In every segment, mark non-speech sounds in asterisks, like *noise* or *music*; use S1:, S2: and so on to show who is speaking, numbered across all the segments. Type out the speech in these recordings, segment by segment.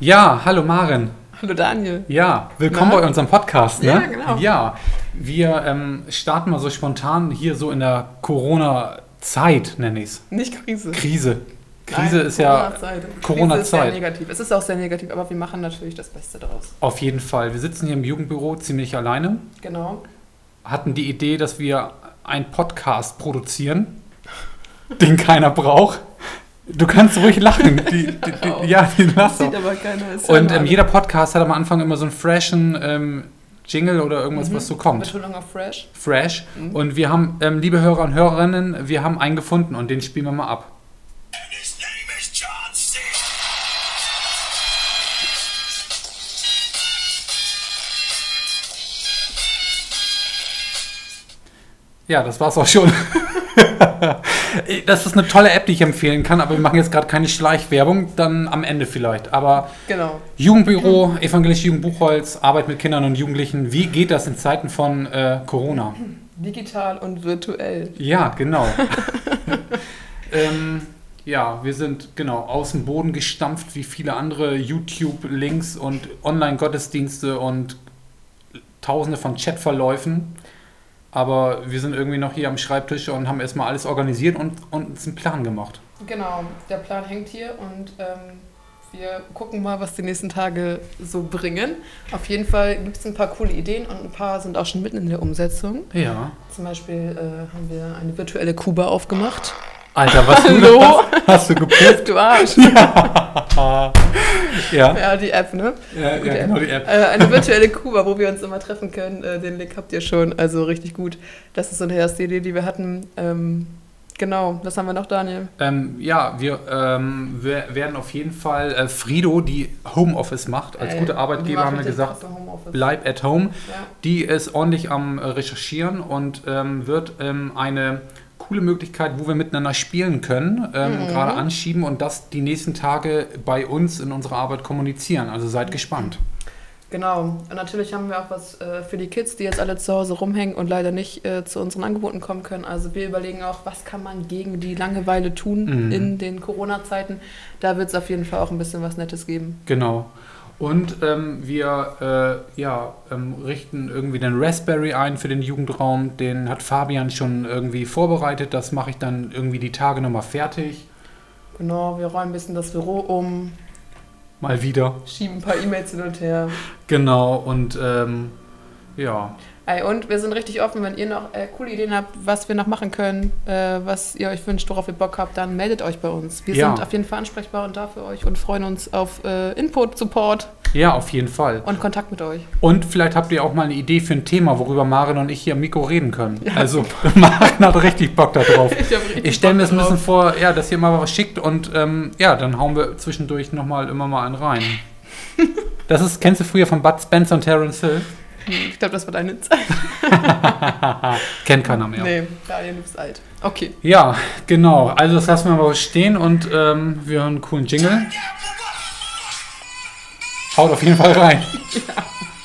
S1: Ja, hallo Maren.
S2: Hallo Daniel.
S1: Ja, willkommen
S2: Na?
S1: bei unserem Podcast. Ne?
S2: Ja, genau.
S1: Ja, wir ähm, starten mal so spontan hier so in der Corona-Zeit, nenne ich es.
S2: Nicht Krise.
S1: Krise. Krise
S2: Nein,
S1: ist ja
S2: Corona-Zeit. Krise ist sehr
S1: Corona-Zeit.
S2: negativ. Es ist auch sehr negativ, aber wir machen natürlich das Beste draus.
S1: auf jeden Fall. Wir sitzen hier im Jugendbüro ziemlich alleine,
S2: Genau.
S1: hatten die Idee, dass wir einen Podcast
S2: *laughs*
S1: produzieren, den keiner braucht. Du kannst ruhig
S2: *laughs*
S1: lachen. Die, die, die, ja, die
S2: Das
S1: lachen.
S2: Genau. sieht aber keiner. Ist
S1: Und
S2: ja
S1: ähm, jeder Podcast hat am Anfang immer so einen freshen ähm, Jingle oder
S2: Mhm.
S1: irgendwas, was so kommt.
S2: Betonung auf Fresh.
S1: Fresh. Und wir haben, ähm, liebe Hörer und Hörerinnen, wir haben einen gefunden und den spielen wir mal ab.
S3: His name is John C.
S1: Ja, das war's auch schon. *laughs* das ist eine tolle App, die ich empfehlen kann, aber wir machen jetzt gerade keine Schleichwerbung, dann am Ende vielleicht. Aber
S2: Genau.
S1: Jugendbüro, Evangelische Jugend Buchholz, Arbeit mit Kindern und Jugendlichen, wie geht das in Zeiten von äh, Corona?
S2: Digital und virtuell.
S1: Ja, genau. *laughs* ähm, ja, wir sind genau aus dem Boden gestampft wie viele andere YouTube-Links und Online-Gottesdienste und tausende von Chatverläufen. Aber wir sind irgendwie noch hier am Schreibtisch und haben erstmal alles organisiert und, und uns einen Plan gemacht.
S2: Genau. Der Plan hängt hier und ähm, wir gucken mal, was die nächsten Tage so bringen. Auf jeden Fall gibt es ein paar coole Ideen und ein paar sind auch schon mitten in der Umsetzung.
S1: Ja.
S2: Zum Beispiel äh, haben wir eine virtuelle
S1: *laughs*
S2: Kuba aufgemacht.
S1: Alter, was
S2: Hallo?
S1: hast, hast du geputzt?
S2: Du Arsch. *laughs*
S1: Ja.
S2: Ja, die App, ne?
S1: Ja, ja,
S2: Gute
S1: genau die App.
S2: Äh, eine virtuelle Kuba, wo wir uns immer treffen können. Äh, den Link habt ihr schon, also richtig gut. Das ist so eine erste Idee, die wir hatten. Ähm, genau, was haben wir noch, Daniel?
S1: Ähm, ja, wir, ähm, wir werden auf jeden Fall äh, Frido, die Homeoffice macht, als
S2: Äh,
S1: gute
S2: die
S1: Arbeitgeber
S2: macht
S1: haben wir
S2: richtig
S1: gesagt,
S2: krasse Homeoffice.
S1: Bleib at Home.
S2: Ja.
S1: Die ist ordentlich am äh, Recherchieren und ähm, wird ähm, eine coole Möglichkeit, wo wir miteinander spielen können, ähm, gerade anschieben und das die nächsten Tage bei uns in unserer Arbeit kommunizieren. Also seid gespannt.
S2: Genau. Und natürlich haben wir auch was äh, für die Kids, die jetzt alle zu Hause rumhängen und leider nicht äh, zu unseren Angeboten kommen können. Also wir überlegen auch, was kann man gegen die Langeweile tun
S1: Mhm.
S2: in den Corona-Zeiten. Da wird es auf jeden Fall auch ein bisschen was Nettes geben.
S1: Genau. Und ähm, wir äh, ja, ähm, richten irgendwie den Raspberry ein für den Jugendraum. Den hat Fabian schon irgendwie vorbereitet. Das mache ich dann irgendwie die Tage nochmal fertig.
S2: Genau, wir räumen ein bisschen das Büro um,
S1: Mal wieder.
S2: schieben ein paar E-Mails hin und her.
S1: Genau. Und ähm, ja,
S2: Ey, und wir sind richtig offen, wenn ihr noch äh, coole Ideen habt, was wir noch machen können, äh, was ihr euch wünscht, worauf ihr Bock habt, dann meldet euch bei uns. Wir
S1: Ja.
S2: sind auf jeden Fall ansprechbar und da für euch und freuen uns auf äh, Input, Support
S1: Ja, auf jeden Fall.
S2: und Kontakt mit euch.
S1: Und vielleicht habt ihr auch mal eine Idee für ein Thema, worüber Maren und ich hier am Mikro reden können. Also *laughs* Maren hat richtig Bock
S2: *laughs*
S1: darauf.
S2: Ich hab richtig
S1: Ich stelle mir
S2: Bock
S1: das ein bisschen
S2: drauf.
S1: vor, ja, dass ihr mal was schickt und ähm, ja, dann hauen wir zwischendurch nochmal immer mal einen
S2: *laughs*
S1: rein. Das ist, kennst du früher von Bud Spencer und Terence Hill?
S2: Ich glaube, das war deine Zeit.
S1: Kennt keiner mehr.
S2: Nee, Daniel, du bist alt. Okay.
S1: Ja, genau. Also das lassen wir mal stehen und ähm, wir hören einen coolen Jingle. Haut auf jeden Fall
S2: *laughs*
S1: rein.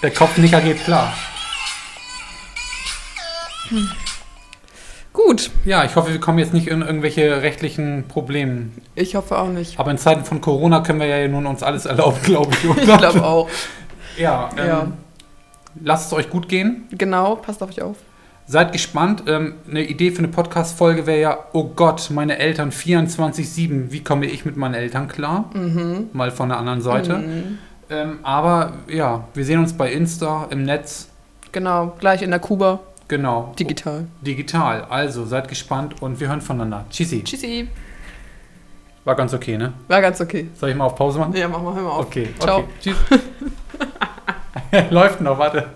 S1: Der Kopfnicker geht klar.
S2: Gut.
S1: Ja, ich hoffe, wir kommen jetzt nicht in irgendwelche rechtlichen Probleme.
S2: Ich hoffe
S1: *laughs*
S2: auch nicht.
S1: Aber in Zeiten von Corona können wir ja nun uns alles erlauben, *laughs* glaube ich. Oder?
S2: Ich glaube auch.
S1: Ja, ähm,
S2: Ja.
S1: lasst es euch gut gehen.
S2: Genau, passt auf euch auf.
S1: Seid gespannt. Ähm, eine Idee für eine Podcast-Folge wäre ja, oh Gott, meine Eltern 24-7, wie komme ich mit meinen Eltern klar?
S2: Mhm.
S1: Mal von der anderen Seite. Ähm, aber ja, wir sehen uns bei Insta, im Netz,
S2: Genau, gleich in der Kuba,
S1: genau,
S2: digital.
S1: digital. Also seid gespannt und wir hören voneinander. Tschüssi.
S2: Tschüssi.
S1: War ganz okay, ne?
S2: War ganz okay.
S1: Soll ich mal auf Pause machen? *laughs*
S2: Ja, mach mal, hör mal auf.
S1: Okay,
S2: Ciao.
S1: okay. Tschüss. Läuft noch, warte.